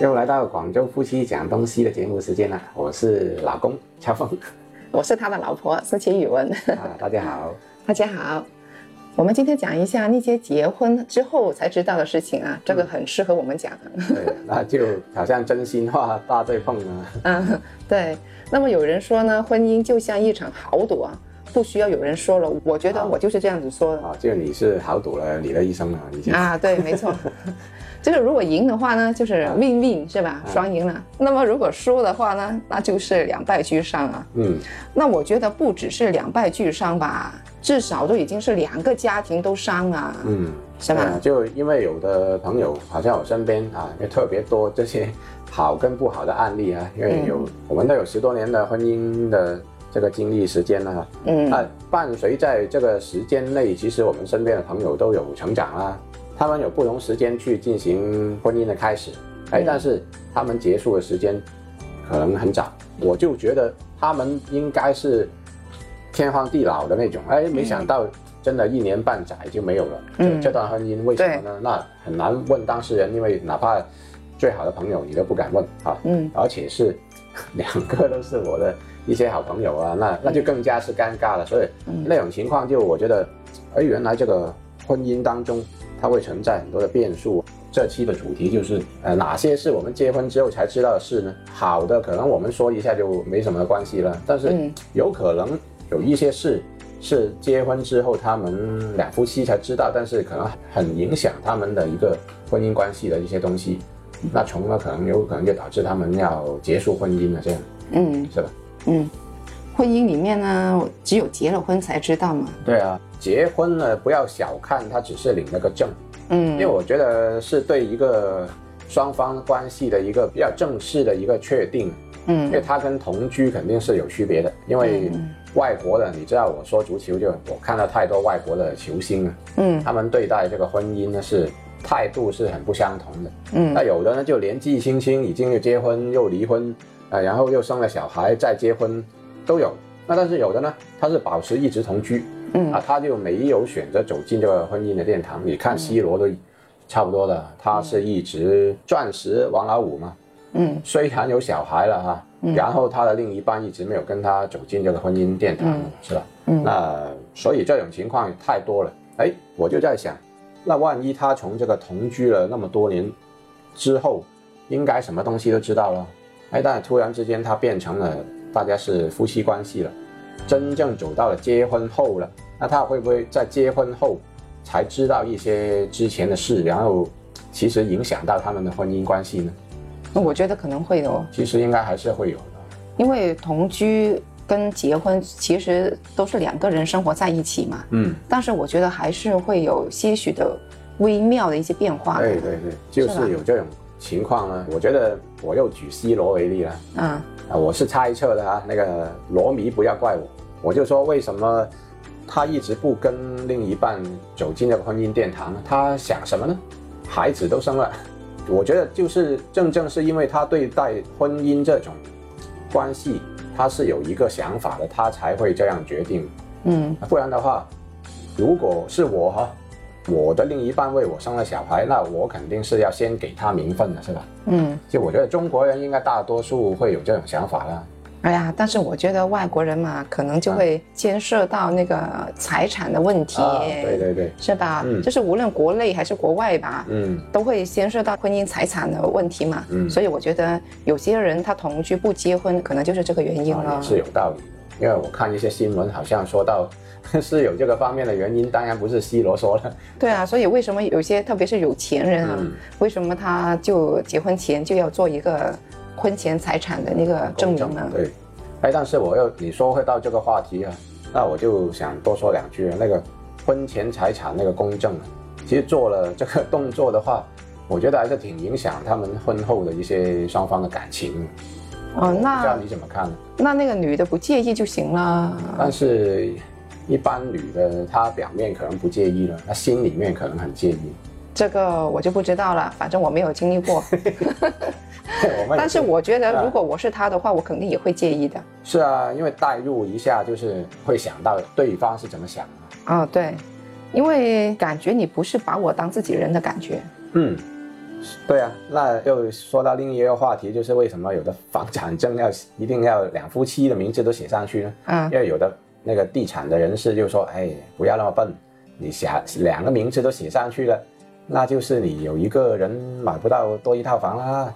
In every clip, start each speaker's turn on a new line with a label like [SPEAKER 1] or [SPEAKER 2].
[SPEAKER 1] 又来到广州夫妻讲东西的节目时间了，我是老公乔峰
[SPEAKER 2] 我是他的老婆思琪宇文，
[SPEAKER 1] 啊，大家好。
[SPEAKER 2] 大家好。我们今天讲一下那些结婚之后才知道的事情
[SPEAKER 1] 嗯
[SPEAKER 2] 啊，这个很适合我们讲。
[SPEAKER 1] 对，那就好像真心话大对碰啊。
[SPEAKER 2] 嗯，对。那么有人说呢，婚姻就像一场豪赌啊，不需要有人说了，我觉得
[SPEAKER 1] 啊
[SPEAKER 2] 我就是这样子说的
[SPEAKER 1] 啊，就你是豪赌了你的一生啊，已经。
[SPEAKER 2] 啊。对，没 错。就是如果赢的话呢，就是
[SPEAKER 1] 啊
[SPEAKER 2] win win 是吧？双赢了。那么如果输的话呢，那就是两败俱伤啊。
[SPEAKER 1] 嗯，
[SPEAKER 2] 那我觉得不只是两败俱伤吧，至少都已经是两个家庭都伤啊，
[SPEAKER 1] 嗯，
[SPEAKER 2] 是吧？
[SPEAKER 1] 对啊就因为有的朋友，好像我身边啊，也特别多这些好跟不好的案例啊，因为有、我们都有十多年的婚姻的这个经历时间了、啊。
[SPEAKER 2] 嗯
[SPEAKER 1] 那伴随在这个时间内，其实我们身边的朋友都有成长啦、他们有不同时间去进行婚姻的开始，哎
[SPEAKER 2] 嗯，
[SPEAKER 1] 但是他们结束的时间可能很早，我就觉得他们应该是天荒地老的那种，哎，没想到真的一年半载就没有了，
[SPEAKER 2] 嗯
[SPEAKER 1] 这这段婚姻为什么呢？那很难问当事人，因为哪怕最好的朋友你都不敢问啊，
[SPEAKER 2] 嗯
[SPEAKER 1] 而且是两个都是我的一些好朋友啊，那那就更加是尴尬了。所以
[SPEAKER 2] 嗯
[SPEAKER 1] 那种情况就我觉得，哎，原来这个婚姻当中它会存在很多的变数。这期的主题就是，呃，哪些是我们结婚之后才知道的事呢？好的，可能我们说一下就没什么关系了，但是
[SPEAKER 2] 嗯
[SPEAKER 1] 有可能有一些事是结婚之后他们两夫妻才知道，但是可能很影响他们的一个婚姻关系的一些东西。那从而可能有可能就导致他们要结束婚姻了，这样
[SPEAKER 2] 嗯
[SPEAKER 1] 是吧？
[SPEAKER 2] 嗯，婚姻里面呢，我只有结了婚才知道嘛。
[SPEAKER 1] 对啊，结婚了不要小看他只是领了个证，因为
[SPEAKER 2] 嗯
[SPEAKER 1] 我觉得是对一个双方关系的一个比较正式的一个确定，因为
[SPEAKER 2] 嗯
[SPEAKER 1] 它跟同居肯定是有区别的，因为外国的你知道我说足球就我看到太多外国的球星了，
[SPEAKER 2] 嗯
[SPEAKER 1] 他们对待这个婚姻呢是态度是很不相同的，那
[SPEAKER 2] 嗯
[SPEAKER 1] 有的呢就年纪轻轻已经又结婚又离婚，啊、然后又生了小孩再结婚，都有。那但是有的呢，他是保持一直同居，
[SPEAKER 2] 嗯
[SPEAKER 1] 啊，他就没有选择走进这个婚姻的殿堂。你
[SPEAKER 2] 嗯
[SPEAKER 1] 看 C 罗都差不多的，他是一直钻石王老五嘛，
[SPEAKER 2] 嗯
[SPEAKER 1] 虽然有小孩了哈、然后他的另一半一直没有跟他走进这个婚姻殿堂，是吧？
[SPEAKER 2] 嗯
[SPEAKER 1] 那所以这种情况也太多了。哎，我就在想，那万一他从这个同居了那么多年之后，应该什么东西都知道了。哎，但突然之间他变成了大家是夫妻关系了，真正走到了结婚后了，那他会不会在结婚后才知道一些之前的事，然后其实影响到他们的婚姻关系呢？
[SPEAKER 2] 那我觉得可能会有，
[SPEAKER 1] 其实应该还是会有的。
[SPEAKER 2] 因为同居跟结婚其实都是两个人生活在一起嘛，
[SPEAKER 1] 嗯，
[SPEAKER 2] 但是我觉得还是会有些许的微妙的一些变化。
[SPEAKER 1] 对对对，就是有这种情况呢。我觉得我又举 C 罗为例了
[SPEAKER 2] 啊
[SPEAKER 1] 啊，我是猜测的啊，那个罗迷不要怪我，我就说为什么他一直不跟另一半走进这个婚姻殿堂呢？他想什么呢？孩子都生了，我觉得就是正正是因为他对待婚姻这种关系，他是有一个想法的，他才会这样决定。
[SPEAKER 2] 嗯
[SPEAKER 1] 啊不然的话，如果是我哈，我的另一半为我生了小孩，那我肯定是要先给他名分的，是吧？
[SPEAKER 2] 嗯，
[SPEAKER 1] 就我觉得中国人应该大多数会有这种想法啦。
[SPEAKER 2] 哎呀，但是我觉得外国人嘛，可能就会牵涉到那个财产的问题，
[SPEAKER 1] 啊，对对对，
[SPEAKER 2] 是吧？
[SPEAKER 1] 嗯
[SPEAKER 2] 就是无论国内还是国外吧，
[SPEAKER 1] 嗯
[SPEAKER 2] 都会牵涉到婚姻财产的问题嘛。
[SPEAKER 1] 嗯
[SPEAKER 2] 所以我觉得有些人他同居不结婚，可能就是这个原因
[SPEAKER 1] 啊
[SPEAKER 2] 了
[SPEAKER 1] 也。是有道理的。因为我看一些新闻，好像说到 是有这个方面的原因，当然不是 C 罗说了。
[SPEAKER 2] 对啊，所以为什么有些特别是有钱人啊，
[SPEAKER 1] 嗯
[SPEAKER 2] 为什么他就结婚前就要做一个婚前财产的那个啊证明呢？
[SPEAKER 1] 对，哎，但是我又你说会到这个话题啊，那我就想多说啊两句那个婚前财产那个公证啊，其实做了这个动作的话，我觉得还是挺影响他们婚后的一些双方的感情。啊
[SPEAKER 2] 哦，
[SPEAKER 1] 不知道
[SPEAKER 2] 那
[SPEAKER 1] 你怎么看呢？
[SPEAKER 2] 那那个女的不介意就行了。
[SPEAKER 1] 但是，一般女的她表面可能不介意了，她心里面可能很介意。
[SPEAKER 2] 这个我就不知道了，反正我没有经历过。
[SPEAKER 1] 我们也
[SPEAKER 2] 但是我觉得，
[SPEAKER 1] 啊
[SPEAKER 2] 如果我是他的话，我肯定也会介意的。
[SPEAKER 1] 是啊，因为代入一下，就是会想到对方是怎么想的。
[SPEAKER 2] 啊、对，因为感觉你不是把我当自己人的感觉。
[SPEAKER 1] 嗯，对啊。那又说到另一个话题，就是为什么有的房产证要一定要两夫妻的名字都写上去呢？
[SPEAKER 2] 嗯
[SPEAKER 1] 因为有的那个地产的人士就说：“哎，不要那么笨，你写两个名字都写上去了，那就是你有一个人买不到多一套房啦。”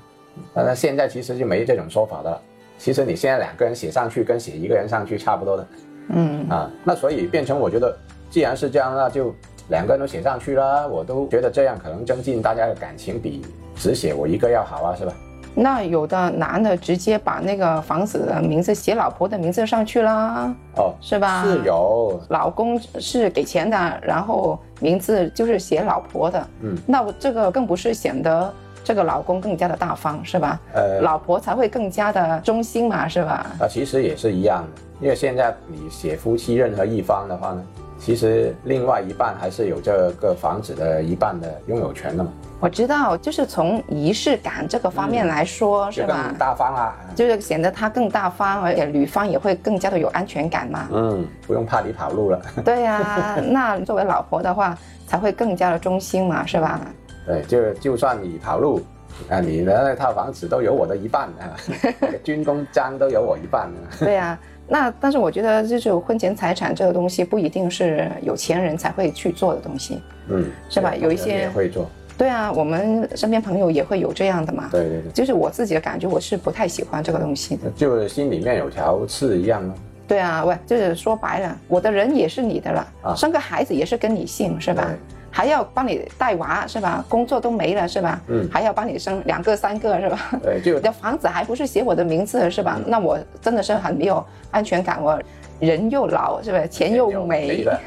[SPEAKER 1] 那现在其实就没这种说法的了。其实你现在两个人写上去跟写一个人上去差不多的
[SPEAKER 2] 嗯，
[SPEAKER 1] 啊。那所以变成我觉得，既然是这样，那就两个人都写上去啦。我都觉得这样可能增进大家的感情，比只写我一个要好啊，是吧？
[SPEAKER 2] 那有的男的直接把那个房子的名字写老婆的名字上去啦，
[SPEAKER 1] 哦，
[SPEAKER 2] 是吧？
[SPEAKER 1] 是。有，
[SPEAKER 2] 老公是给钱的，然后名字就是写老婆的，
[SPEAKER 1] 嗯，
[SPEAKER 2] 那我这个更不是显得这个老公更加的大方，是吧？
[SPEAKER 1] 呃，
[SPEAKER 2] 老婆才会更加的忠心嘛，是吧？
[SPEAKER 1] 啊，其实也是一样的，因为现在你写夫妻任何一方的话呢，其实另外一半还是有这个房子的一半的拥有权的嘛，
[SPEAKER 2] 我知道，就是从仪式感这个方面来说，
[SPEAKER 1] 就是
[SPEAKER 2] 吧
[SPEAKER 1] 更？大方啦。
[SPEAKER 2] 就是显得他更大方，而且女方也会更加的有安全感嘛。
[SPEAKER 1] 嗯，不用怕你跑路了。
[SPEAKER 2] 对呀、那作为老婆的话，才会更加的忠心嘛，是吧？
[SPEAKER 1] 对，就就算你跑路，啊，你的那套房子都有我的一半 啊，那个军功章都有我一半啊。
[SPEAKER 2] 对呀、那但是我觉得，就是婚前财产这个东西，不一定是有钱人才会去做的东西。
[SPEAKER 1] 嗯，
[SPEAKER 2] 是吧
[SPEAKER 1] 对
[SPEAKER 2] 有一
[SPEAKER 1] 人
[SPEAKER 2] 些
[SPEAKER 1] 也会做。
[SPEAKER 2] 对啊，我们身边朋友也会有这样的嘛。
[SPEAKER 1] 对对对，
[SPEAKER 2] 就是我自己的感觉，我是不太喜欢这个东西的。
[SPEAKER 1] 就是心里面有条刺一样咯。
[SPEAKER 2] 对啊，喂，就是说白了，我的人也是你的了，
[SPEAKER 1] 啊
[SPEAKER 2] 生个孩子也是跟你姓，是吧？
[SPEAKER 1] 对
[SPEAKER 2] 还要帮你带娃是吧？工作都没了是吧？
[SPEAKER 1] 嗯
[SPEAKER 2] 还要帮你生两个三个是吧？
[SPEAKER 1] 对，就
[SPEAKER 2] 你的房子还不是写我的名字是吧？那我真的是很没有安全感，我人又老是吧？钱又没，
[SPEAKER 1] 了。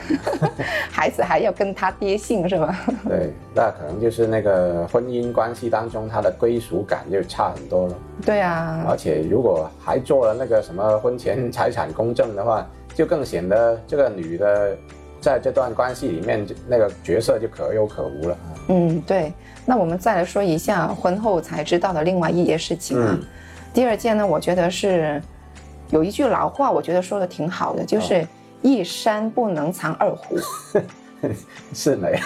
[SPEAKER 2] 孩子还要跟他爹姓是 吧？
[SPEAKER 1] 对，那可能就是那个婚姻关系当中，他的归属感就差很多了。
[SPEAKER 2] 对啊，
[SPEAKER 1] 而且如果还做了那个什么婚前财产公证的话，就更显得这个女的在这段关系里面那个角色就可有可无了。
[SPEAKER 2] 嗯对。那我们再来说一下婚后才知道的另外一些事情啊。
[SPEAKER 1] 嗯
[SPEAKER 2] 第二件呢，我觉得是有一句老话，我觉得说的挺好的，就是一山不能藏二 虎，
[SPEAKER 1] 是没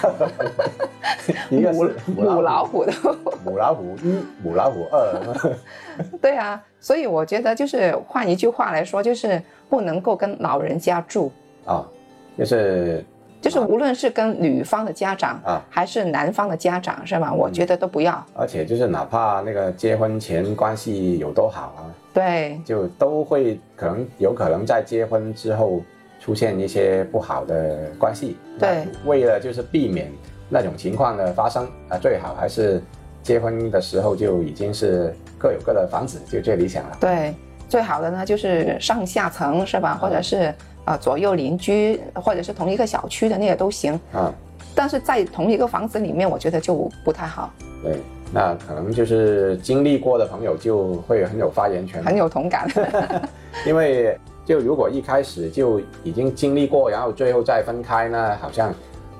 [SPEAKER 1] 有，一个是
[SPEAKER 2] 母老虎的。
[SPEAKER 1] 母老虎一，母老虎二，
[SPEAKER 2] 对啊，所以我觉得就是换一句话来说，就是不能够跟老人家住，
[SPEAKER 1] 啊，就是
[SPEAKER 2] 就是无论是跟女方的家长
[SPEAKER 1] 啊
[SPEAKER 2] 还是男方的家长，是吧？我觉得都不要。
[SPEAKER 1] 而且就是哪怕那个结婚前关系有多好啊，
[SPEAKER 2] 对
[SPEAKER 1] 就都会可能有可能在结婚之后出现一些不好的关系。
[SPEAKER 2] 对，
[SPEAKER 1] 为了就是避免那种情况的发生啊，最好还是结婚的时候就已经是各有各的房子，就最理想了。
[SPEAKER 2] 对，最好的呢就是上下层，是吧？或者是呃左右邻居，或者是同一个小区的那个都行。
[SPEAKER 1] 啊，
[SPEAKER 2] 但是在同一个房子里面，我觉得就不太好，
[SPEAKER 1] 对，那可能就是经历过的朋友就会很有发言权，
[SPEAKER 2] 很有同感。
[SPEAKER 1] 因为就如果一开始就已经经历过，然后最后再分开呢，好像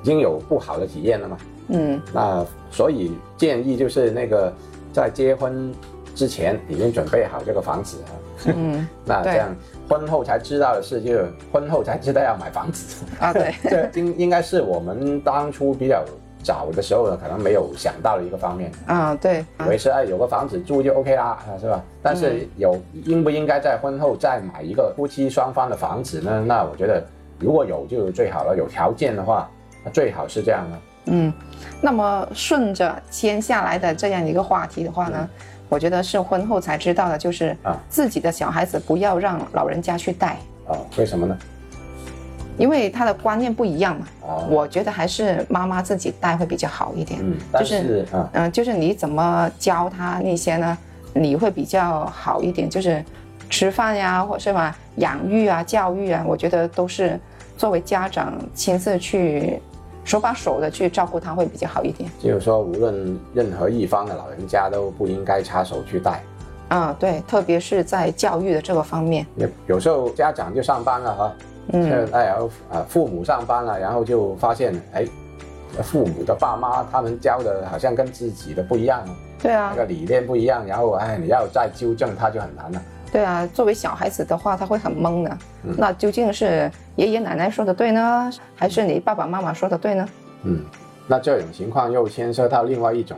[SPEAKER 1] 已经有不好的体验了嘛。
[SPEAKER 2] 嗯，
[SPEAKER 1] 那所以建议就是那个在结婚之前已经准备好这个房子啊，
[SPEAKER 2] 嗯
[SPEAKER 1] 那
[SPEAKER 2] 对
[SPEAKER 1] 这样婚后才知道的事，就是婚后才知道要买房子，
[SPEAKER 2] 啊，对
[SPEAKER 1] 这应应该是我们当初比较早的时候呢，可能没有想到的一个方面，
[SPEAKER 2] 啊，对
[SPEAKER 1] 以为是哎有个房子住就 OK 啦，啊是吧？但
[SPEAKER 2] 嗯
[SPEAKER 1] 是有应不应该在婚后再买一个夫妻双方的房子呢？那我觉得如果有就最好了，有条件的话，那最好是这样的。
[SPEAKER 2] 嗯，那么顺着签下来的这样一个话题的话呢，我觉得是婚后才知道的，就是
[SPEAKER 1] 啊
[SPEAKER 2] 自己的小孩子不要让老人家去带，
[SPEAKER 1] 哦，为什么呢？
[SPEAKER 2] 因为他的观念不一样嘛。
[SPEAKER 1] 啊、
[SPEAKER 2] 我觉得还是妈妈自己带会比较好一点。
[SPEAKER 1] 嗯，但
[SPEAKER 2] 就是
[SPEAKER 1] 是啊，
[SPEAKER 2] 嗯、就是你怎么教他那些呢？你会比较好一点，就是吃饭呀，或是吧，养育啊、教育啊，我觉得都是作为家长亲自去手把手的去照顾他会比较好一点。
[SPEAKER 1] 就是说，无论任何一方的老人家都不应该插手去带。
[SPEAKER 2] 啊，对，特别是在教育的这个方面，
[SPEAKER 1] 有有时候家长就上班了哈，
[SPEAKER 2] 嗯，
[SPEAKER 1] 嗯，哎，然后呃父母上班了，然后就发现哎，父母的爸妈他们教的好像跟自己的不一样，
[SPEAKER 2] 对
[SPEAKER 1] 那
[SPEAKER 2] 啊，
[SPEAKER 1] 个理念不一样，然后哎你要再纠正他就很难了。
[SPEAKER 2] 对啊，作为小孩子的话，他会很懵的。
[SPEAKER 1] 嗯
[SPEAKER 2] 那究竟是爷爷奶奶说的对呢，还是你爸爸妈妈说的对呢？
[SPEAKER 1] 嗯，那这种情况又牵涉到另外一种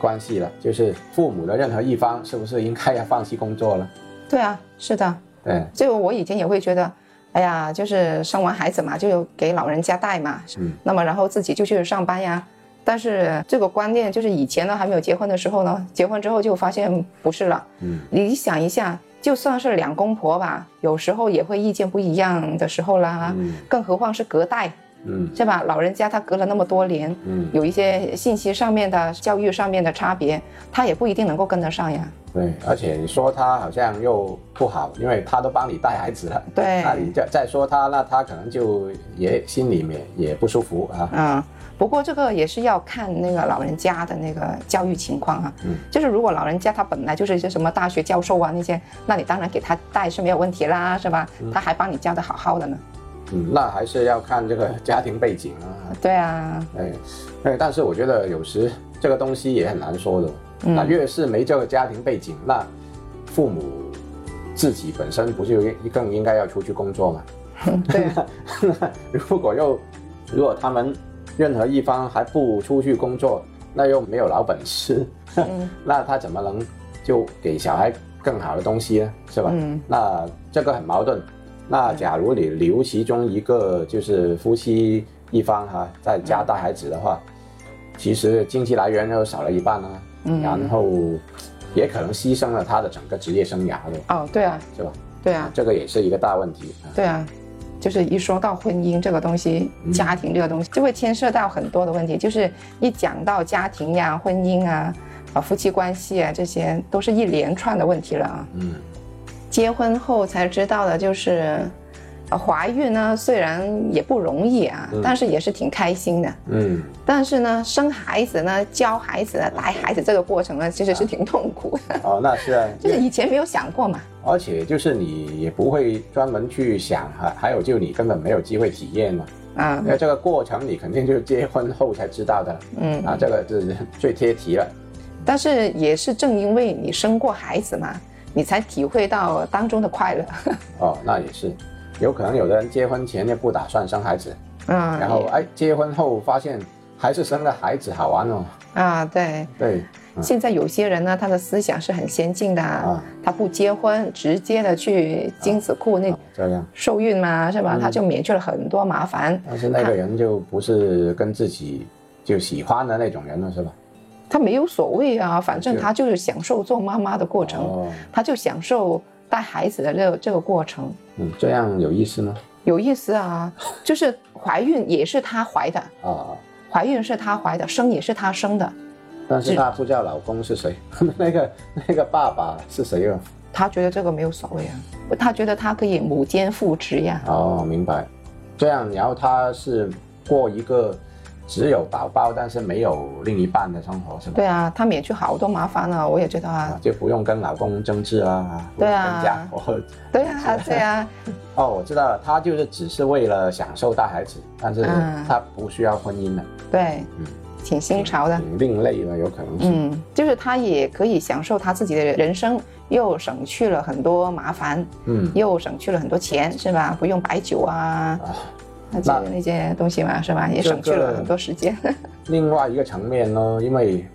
[SPEAKER 1] 关系了，就是父母的任何一方是不是应该要放弃工作了？哎
[SPEAKER 2] 对啊，是的。
[SPEAKER 1] 对，
[SPEAKER 2] 就我以前也会觉得，哎呀，就是生完孩子嘛，就给老人家带嘛，
[SPEAKER 1] 嗯
[SPEAKER 2] 那么然后自己就去上班呀。但是这个观念就是以前呢还没有结婚的时候呢，结婚之后就发现不是了。
[SPEAKER 1] 嗯
[SPEAKER 2] 你想一下，就算是两公婆吧，有时候也会意见不一样的时候啦，
[SPEAKER 1] 嗯
[SPEAKER 2] 更何况是隔代，
[SPEAKER 1] 嗯
[SPEAKER 2] 是吧？老人家他隔了那么多年，
[SPEAKER 1] 嗯，
[SPEAKER 2] 有一些信息上面的、教育上面的差别，他也不一定能够跟得上呀。
[SPEAKER 1] 对，而且你说他好像又不好，因为他都帮你带孩子了。
[SPEAKER 2] 对，
[SPEAKER 1] 那你再再说他，那他可能就也心里面也不舒服啊。
[SPEAKER 2] 嗯，不过这个也是要看那个老人家的那个教育情况啊。
[SPEAKER 1] 嗯
[SPEAKER 2] 就是如果老人家他本来就是一些什么大学教授啊那些，那你当然给他带是没有问题啦，是吧？他还帮你教的好好的呢。
[SPEAKER 1] 嗯，那还是要看这个家庭背景啊。
[SPEAKER 2] 对啊，
[SPEAKER 1] 哎，哎，但是我觉得有时这个东西也很难说的。
[SPEAKER 2] 嗯
[SPEAKER 1] 那越是没这个家庭背景，那父母自己本身不就应更应该要出去工作吗？
[SPEAKER 2] 对啊，
[SPEAKER 1] 那 如果又如果他们任何一方还不出去工作，那又没有老本事，
[SPEAKER 2] 嗯
[SPEAKER 1] 那他怎么能就给小孩更好的东西呢？是吧？
[SPEAKER 2] 嗯
[SPEAKER 1] 那这个很矛盾。那假如你留其中一个就是夫妻一方哈、在家带孩子的话，其实经济来源又少了一半啦、
[SPEAKER 2] 嗯
[SPEAKER 1] 然后也可能牺牲了他的整个职业生涯的，
[SPEAKER 2] 哦，对啊，
[SPEAKER 1] 是吧？
[SPEAKER 2] 对啊，
[SPEAKER 1] 这个也是一个大问题啊。
[SPEAKER 2] 对啊。就是一说到婚姻这个东西，
[SPEAKER 1] 嗯
[SPEAKER 2] 家庭这个东西，就会牵涉到很多的问题。就是一讲到家庭呀、婚姻啊、啊夫妻关系啊，这些都是一连串的问题了啊。
[SPEAKER 1] 嗯
[SPEAKER 2] 结婚后才知道的就是，呃，怀孕呢虽然也不容易啊，
[SPEAKER 1] 嗯
[SPEAKER 2] 但是也是挺开心的。
[SPEAKER 1] 嗯，
[SPEAKER 2] 但是呢，生孩子呢、教孩子啊、带孩子这个过程呢，其实是
[SPEAKER 1] 啊
[SPEAKER 2] 挺痛苦的，
[SPEAKER 1] 哦，那是 啊，
[SPEAKER 2] 就是以前没有想过嘛。
[SPEAKER 1] 而且就是你也不会专门去想哈，还有就你根本没有机会体验嘛。
[SPEAKER 2] 啊
[SPEAKER 1] 因，为这个过程你肯定就是结婚后才知道的
[SPEAKER 2] 嗯，
[SPEAKER 1] 啊，这个是最贴题了。
[SPEAKER 2] 但是也是正因为你生过孩子嘛，你才体会到当中的快乐。
[SPEAKER 1] 哦，那也是，有可能有的人结婚前就不打算生孩子，
[SPEAKER 2] 嗯，
[SPEAKER 1] 然后
[SPEAKER 2] 也
[SPEAKER 1] 哎结婚后发现还是生了孩子好玩哦。
[SPEAKER 2] 啊，对，
[SPEAKER 1] 对，嗯
[SPEAKER 2] 现在有些人呢，他的思想是很先进的，
[SPEAKER 1] 啊
[SPEAKER 2] 他不结婚，直接的去精子库那
[SPEAKER 1] 啊这样。
[SPEAKER 2] 受孕嘛，是吧？
[SPEAKER 1] 嗯
[SPEAKER 2] 他就免去了很多麻烦。
[SPEAKER 1] 但是那个人就不是跟自己就喜欢的那种人了，是吧？
[SPEAKER 2] 他没有所谓啊，反正
[SPEAKER 1] 嗯是
[SPEAKER 2] 他就是享受做妈妈的过程，
[SPEAKER 1] 哦，
[SPEAKER 2] 他就享受带孩子的这个这个过程，
[SPEAKER 1] 嗯，这样有意思吗？
[SPEAKER 2] 有意思啊。就是怀孕也是他怀的，
[SPEAKER 1] 啊、哦，
[SPEAKER 2] 怀孕是他怀的，生也是他生的。
[SPEAKER 1] 但是
[SPEAKER 2] 是
[SPEAKER 1] 她不知道老公是谁， 那个那个爸爸是谁啊了？
[SPEAKER 2] 他觉得这个没有所谓啊，他觉得他可以母兼父职呀。
[SPEAKER 1] 哦，明白。这样，然后她是过一个只有宝宝，但是没有另一半的生活，是吧？
[SPEAKER 2] 对啊，他免去好多麻烦了，我也觉得
[SPEAKER 1] 啊，，
[SPEAKER 2] 啊
[SPEAKER 1] 就不用跟老公争执啦，
[SPEAKER 2] 对啊
[SPEAKER 1] 不用跟家婆。
[SPEAKER 2] 对啊，对啊，
[SPEAKER 1] 哦，我知道了，她就是只是为了享受带孩子，但是
[SPEAKER 2] 嗯
[SPEAKER 1] 她不需要婚姻的，
[SPEAKER 2] 对
[SPEAKER 1] 嗯，
[SPEAKER 2] 挺新潮的。
[SPEAKER 1] 挺另类的，有可能是。
[SPEAKER 2] 嗯，就是他也可以享受他自己的人生，又省去了很多麻烦，
[SPEAKER 1] 嗯
[SPEAKER 2] 又省去了很多钱，是吧？不用摆酒啊，
[SPEAKER 1] 啊，
[SPEAKER 2] 那些那些东西嘛，是吧？也省去
[SPEAKER 1] 这
[SPEAKER 2] 了
[SPEAKER 1] 个
[SPEAKER 2] 很多时间。
[SPEAKER 1] 另外一个层面呢，因为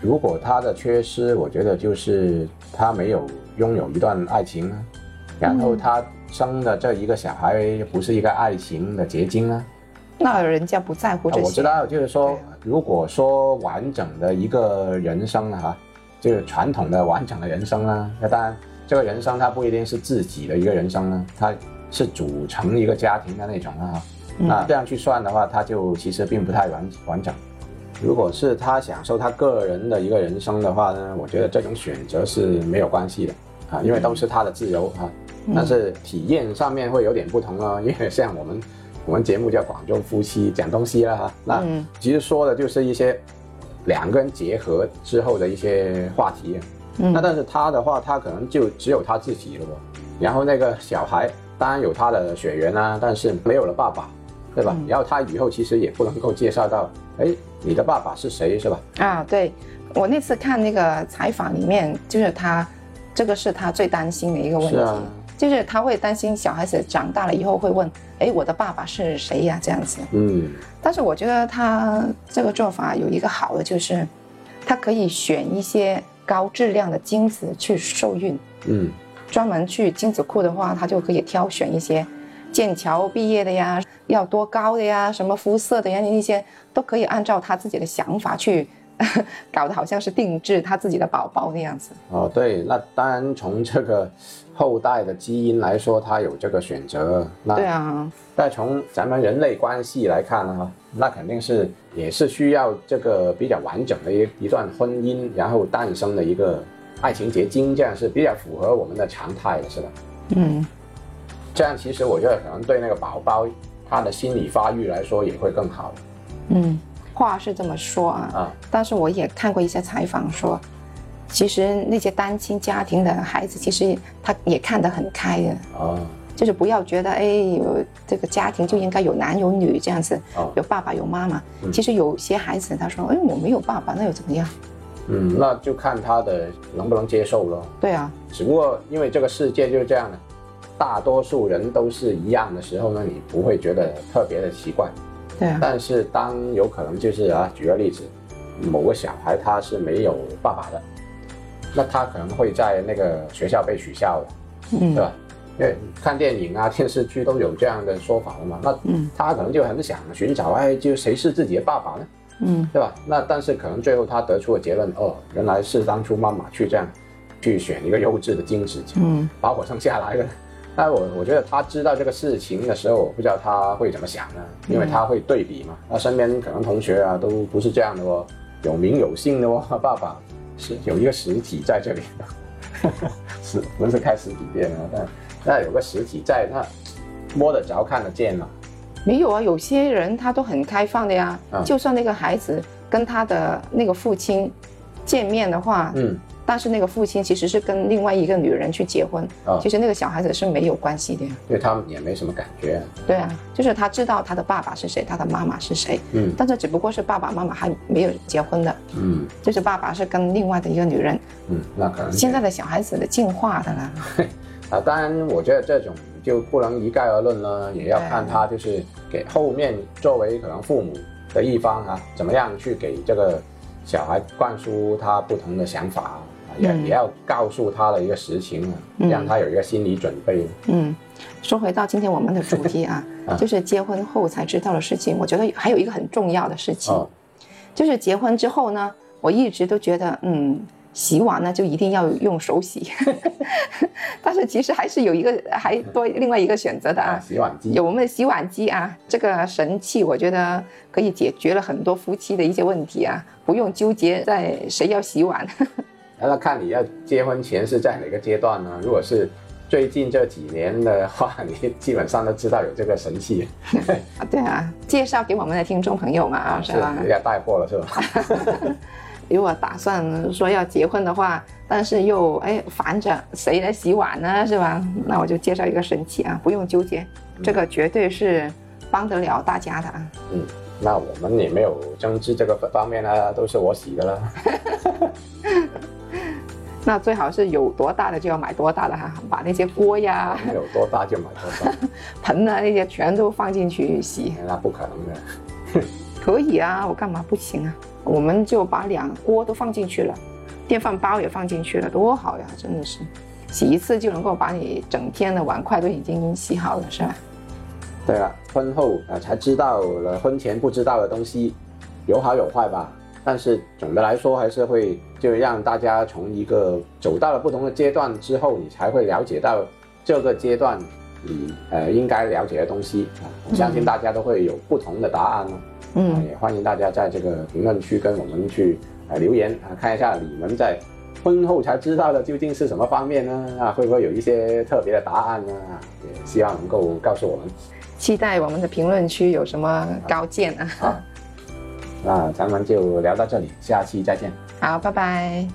[SPEAKER 1] 如果她的缺失，我觉得就是她没有拥有一段爱情啊，然
[SPEAKER 2] 嗯
[SPEAKER 1] 后她生的这一个小孩不是一个爱情的结晶啊。
[SPEAKER 2] 那人家不在乎
[SPEAKER 1] 啊
[SPEAKER 2] 这
[SPEAKER 1] 我知
[SPEAKER 2] 些，
[SPEAKER 1] 道，就是说
[SPEAKER 2] 对啊，
[SPEAKER 1] 如果说完整的一个人生哈、啊，就是传统的完整的人生啦、啊那当然这个人生它不一定是自己的一个人生呢、它是组成一个家庭的那种啊。
[SPEAKER 2] 嗯
[SPEAKER 1] 那这样去算的话，它就其实并不太完完整。如果是他享受他个人的一个人生的话呢，我觉得这种选择是没有关系的啊，
[SPEAKER 2] 嗯
[SPEAKER 1] 因为都是他的自由啊。但是体验上面会有点不同啊，因为像我们我们节目叫《广州夫妻讲东西》了哈。那
[SPEAKER 2] 嗯
[SPEAKER 1] 其实说的就是一些两个人结合之后的一些话题。那
[SPEAKER 2] 嗯
[SPEAKER 1] 但是他的话，他可能就只有他自己了哦。然后那个小孩当然有他的血缘啊，但是没有了爸爸，对吧？
[SPEAKER 2] 嗯
[SPEAKER 1] 然后他以后其实也不能够介绍到，哎，你的爸爸是谁，是吧？
[SPEAKER 2] 啊，对我那次看那个采访里面，就是他这个是他最担心的一个问
[SPEAKER 1] 是
[SPEAKER 2] 题，
[SPEAKER 1] 啊，
[SPEAKER 2] 就是他会担心小孩子长大了以后会问，哎，我的爸爸是谁呀、这样子。
[SPEAKER 1] 嗯，
[SPEAKER 2] 但是我觉得他这个做法有一个好的，就是他可以选一些高质量的精子去受孕，
[SPEAKER 1] 嗯，
[SPEAKER 2] 专门去精子库的话，他就可以挑选一些剑桥毕业的呀，要多高的呀，什么肤色的呀，那些都可以按照他自己的想法去 搞得好像是定制他自己的宝宝那样子。
[SPEAKER 1] 哦，对，那当然从这个后代的基因来说，他有这个选择。那
[SPEAKER 2] 对啊，
[SPEAKER 1] 但从咱们人类关系来看呢、那肯定是也是需要这个比较完整的一一段婚姻，然后诞生的一个爱情结晶，这样是比较符合我们的常态的，是吧？
[SPEAKER 2] 嗯，
[SPEAKER 1] 这样其实我觉得可能对那个宝宝他的心理发育来说也会更好
[SPEAKER 2] 嗯，话是这么说啊，
[SPEAKER 1] 啊。
[SPEAKER 2] 但是我也看过一些采访说，其实那些单亲家庭的孩子，其实他也看得很开的，
[SPEAKER 1] 哦
[SPEAKER 2] 就是不要觉得哎，有这个家庭就应该有男有女这样子，
[SPEAKER 1] 哦，
[SPEAKER 2] 有爸爸有妈妈
[SPEAKER 1] 嗯。
[SPEAKER 2] 其实有些孩子他说，哎，我没有爸爸，那又怎么样？
[SPEAKER 1] 嗯，那就看他的能不能接受咯。
[SPEAKER 2] 对啊，
[SPEAKER 1] 只不过因为这个世界就是这样的，大多数人都是一样的时候呢，你不会觉得特别的奇怪。
[SPEAKER 2] 对啊，
[SPEAKER 1] 但是当有可能就是啊，举个例子，某个小孩他是没有爸爸的，那他可能会在那个学校被取笑的，对
[SPEAKER 2] 嗯
[SPEAKER 1] 吧？因为看电影啊、电视剧都有这样的说法了嘛。那
[SPEAKER 2] 嗯
[SPEAKER 1] 他可能就很想寻找，哎，就谁是自己的爸爸呢？
[SPEAKER 2] 嗯
[SPEAKER 1] 对吧？那但是可能最后他得出的结论，哦，原来是当初妈妈去这样去选一个优质的精子，
[SPEAKER 2] 嗯
[SPEAKER 1] 把我生下来的。那我我觉得他知道这个事情的时候，我不知道他会怎么想呢？啊因为他会对比
[SPEAKER 2] 嗯
[SPEAKER 1] 嘛，他身边可能同学啊都不是这样的哦，有名有姓的哦， 爸爸是有一个实体在这里的， 是不是开实体店啊？但那有个实体在，那摸得着、看得见嘛？
[SPEAKER 2] 没有啊，有些人他都很开放的呀
[SPEAKER 1] 嗯，
[SPEAKER 2] 就算那个孩子跟他的那个父亲见面的话，
[SPEAKER 1] 嗯，
[SPEAKER 2] 但是那个父亲其实是跟另外一个女人去结婚
[SPEAKER 1] 啊，
[SPEAKER 2] 其实那个小孩子是没有关系的呀。
[SPEAKER 1] 对他们也没什么感觉、啊。
[SPEAKER 2] 对啊，就是他知道他的爸爸是谁，他的妈妈是谁，
[SPEAKER 1] 嗯
[SPEAKER 2] 但这只不过是爸爸妈妈还没有结婚的，
[SPEAKER 1] 嗯
[SPEAKER 2] 就是爸爸是跟另外的一个女人。
[SPEAKER 1] 嗯，那可能
[SPEAKER 2] 现在的小孩子的进化的啦，
[SPEAKER 1] 啊，当然，我觉得这种就不能一概而论了，也要
[SPEAKER 2] 对
[SPEAKER 1] 看他就是给后面作为可能父母的一方啊，怎么样去给这个小孩灌输他不同的想法啊，也、
[SPEAKER 2] 嗯
[SPEAKER 1] 也要告诉他的一个实情啊，
[SPEAKER 2] 嗯
[SPEAKER 1] 让他有一个心理准备。
[SPEAKER 2] 嗯，说回到今天我们的主题啊
[SPEAKER 1] 啊，
[SPEAKER 2] 就是结婚后才知道的事情。我觉得还有一个很重要的事情，
[SPEAKER 1] 哦，
[SPEAKER 2] 就是结婚之后呢，我一直都觉得，嗯，洗碗呢就一定要用手洗， 但是其实还是有一个还多另外一个选择的
[SPEAKER 1] 啊，
[SPEAKER 2] 啊。
[SPEAKER 1] 洗碗机
[SPEAKER 2] 有我们的洗碗机啊，这个神器，我觉得可以解决了很多夫妻的一些问题啊，不用纠结在谁要洗碗。
[SPEAKER 1] 那那看你要结婚前是在哪个阶段呢？如果是最近这几年的话，你基本上都知道有这个神器
[SPEAKER 2] 啊，对啊，介绍给我们的听众朋友嘛，啊，是吧？
[SPEAKER 1] 人家带货了是吧？
[SPEAKER 2] 如果打算说要结婚的话，但是又哎烦着谁来洗碗呢，是吧？那我就介绍一个神器啊，不用纠结，这个绝对是帮得了大家的啊。
[SPEAKER 1] 那我们也没有争执这个方面啦，都是我洗的啦。
[SPEAKER 2] 那最好是有多大的就要买多大的哈、把那些锅呀、
[SPEAKER 1] 有多大就买多大，
[SPEAKER 2] 盆啊那些全都放进去洗，
[SPEAKER 1] 那不可能的。
[SPEAKER 2] 可以啊，我干嘛不行啊？我们就把两锅都放进去了，电饭煲也放进去了，多好呀！真的是，洗一次就能够把你整天的碗筷都已经洗好了，是吧？
[SPEAKER 1] 对了，婚后啊、呃才知道了婚前不知道的东西，有好有坏吧。但是总的来说，还是会就让大家从一个走到了不同的阶段之后，你才会了解到这个阶段你呃应该了解的东西啊。我相信大家都会有不同的答案哦。啊
[SPEAKER 2] 嗯，
[SPEAKER 1] 也欢迎大家在这个评论区跟我们去呃留言啊，看一下你们在婚后才知道的究竟是什么方面呢？啊，会不会有一些特别的答案呢？啊也希望能够告诉我们。
[SPEAKER 2] 期待我们的评论区有什么高见啊！
[SPEAKER 1] 啊好，那咱们就聊到这里，下期再见。
[SPEAKER 2] 好，拜拜。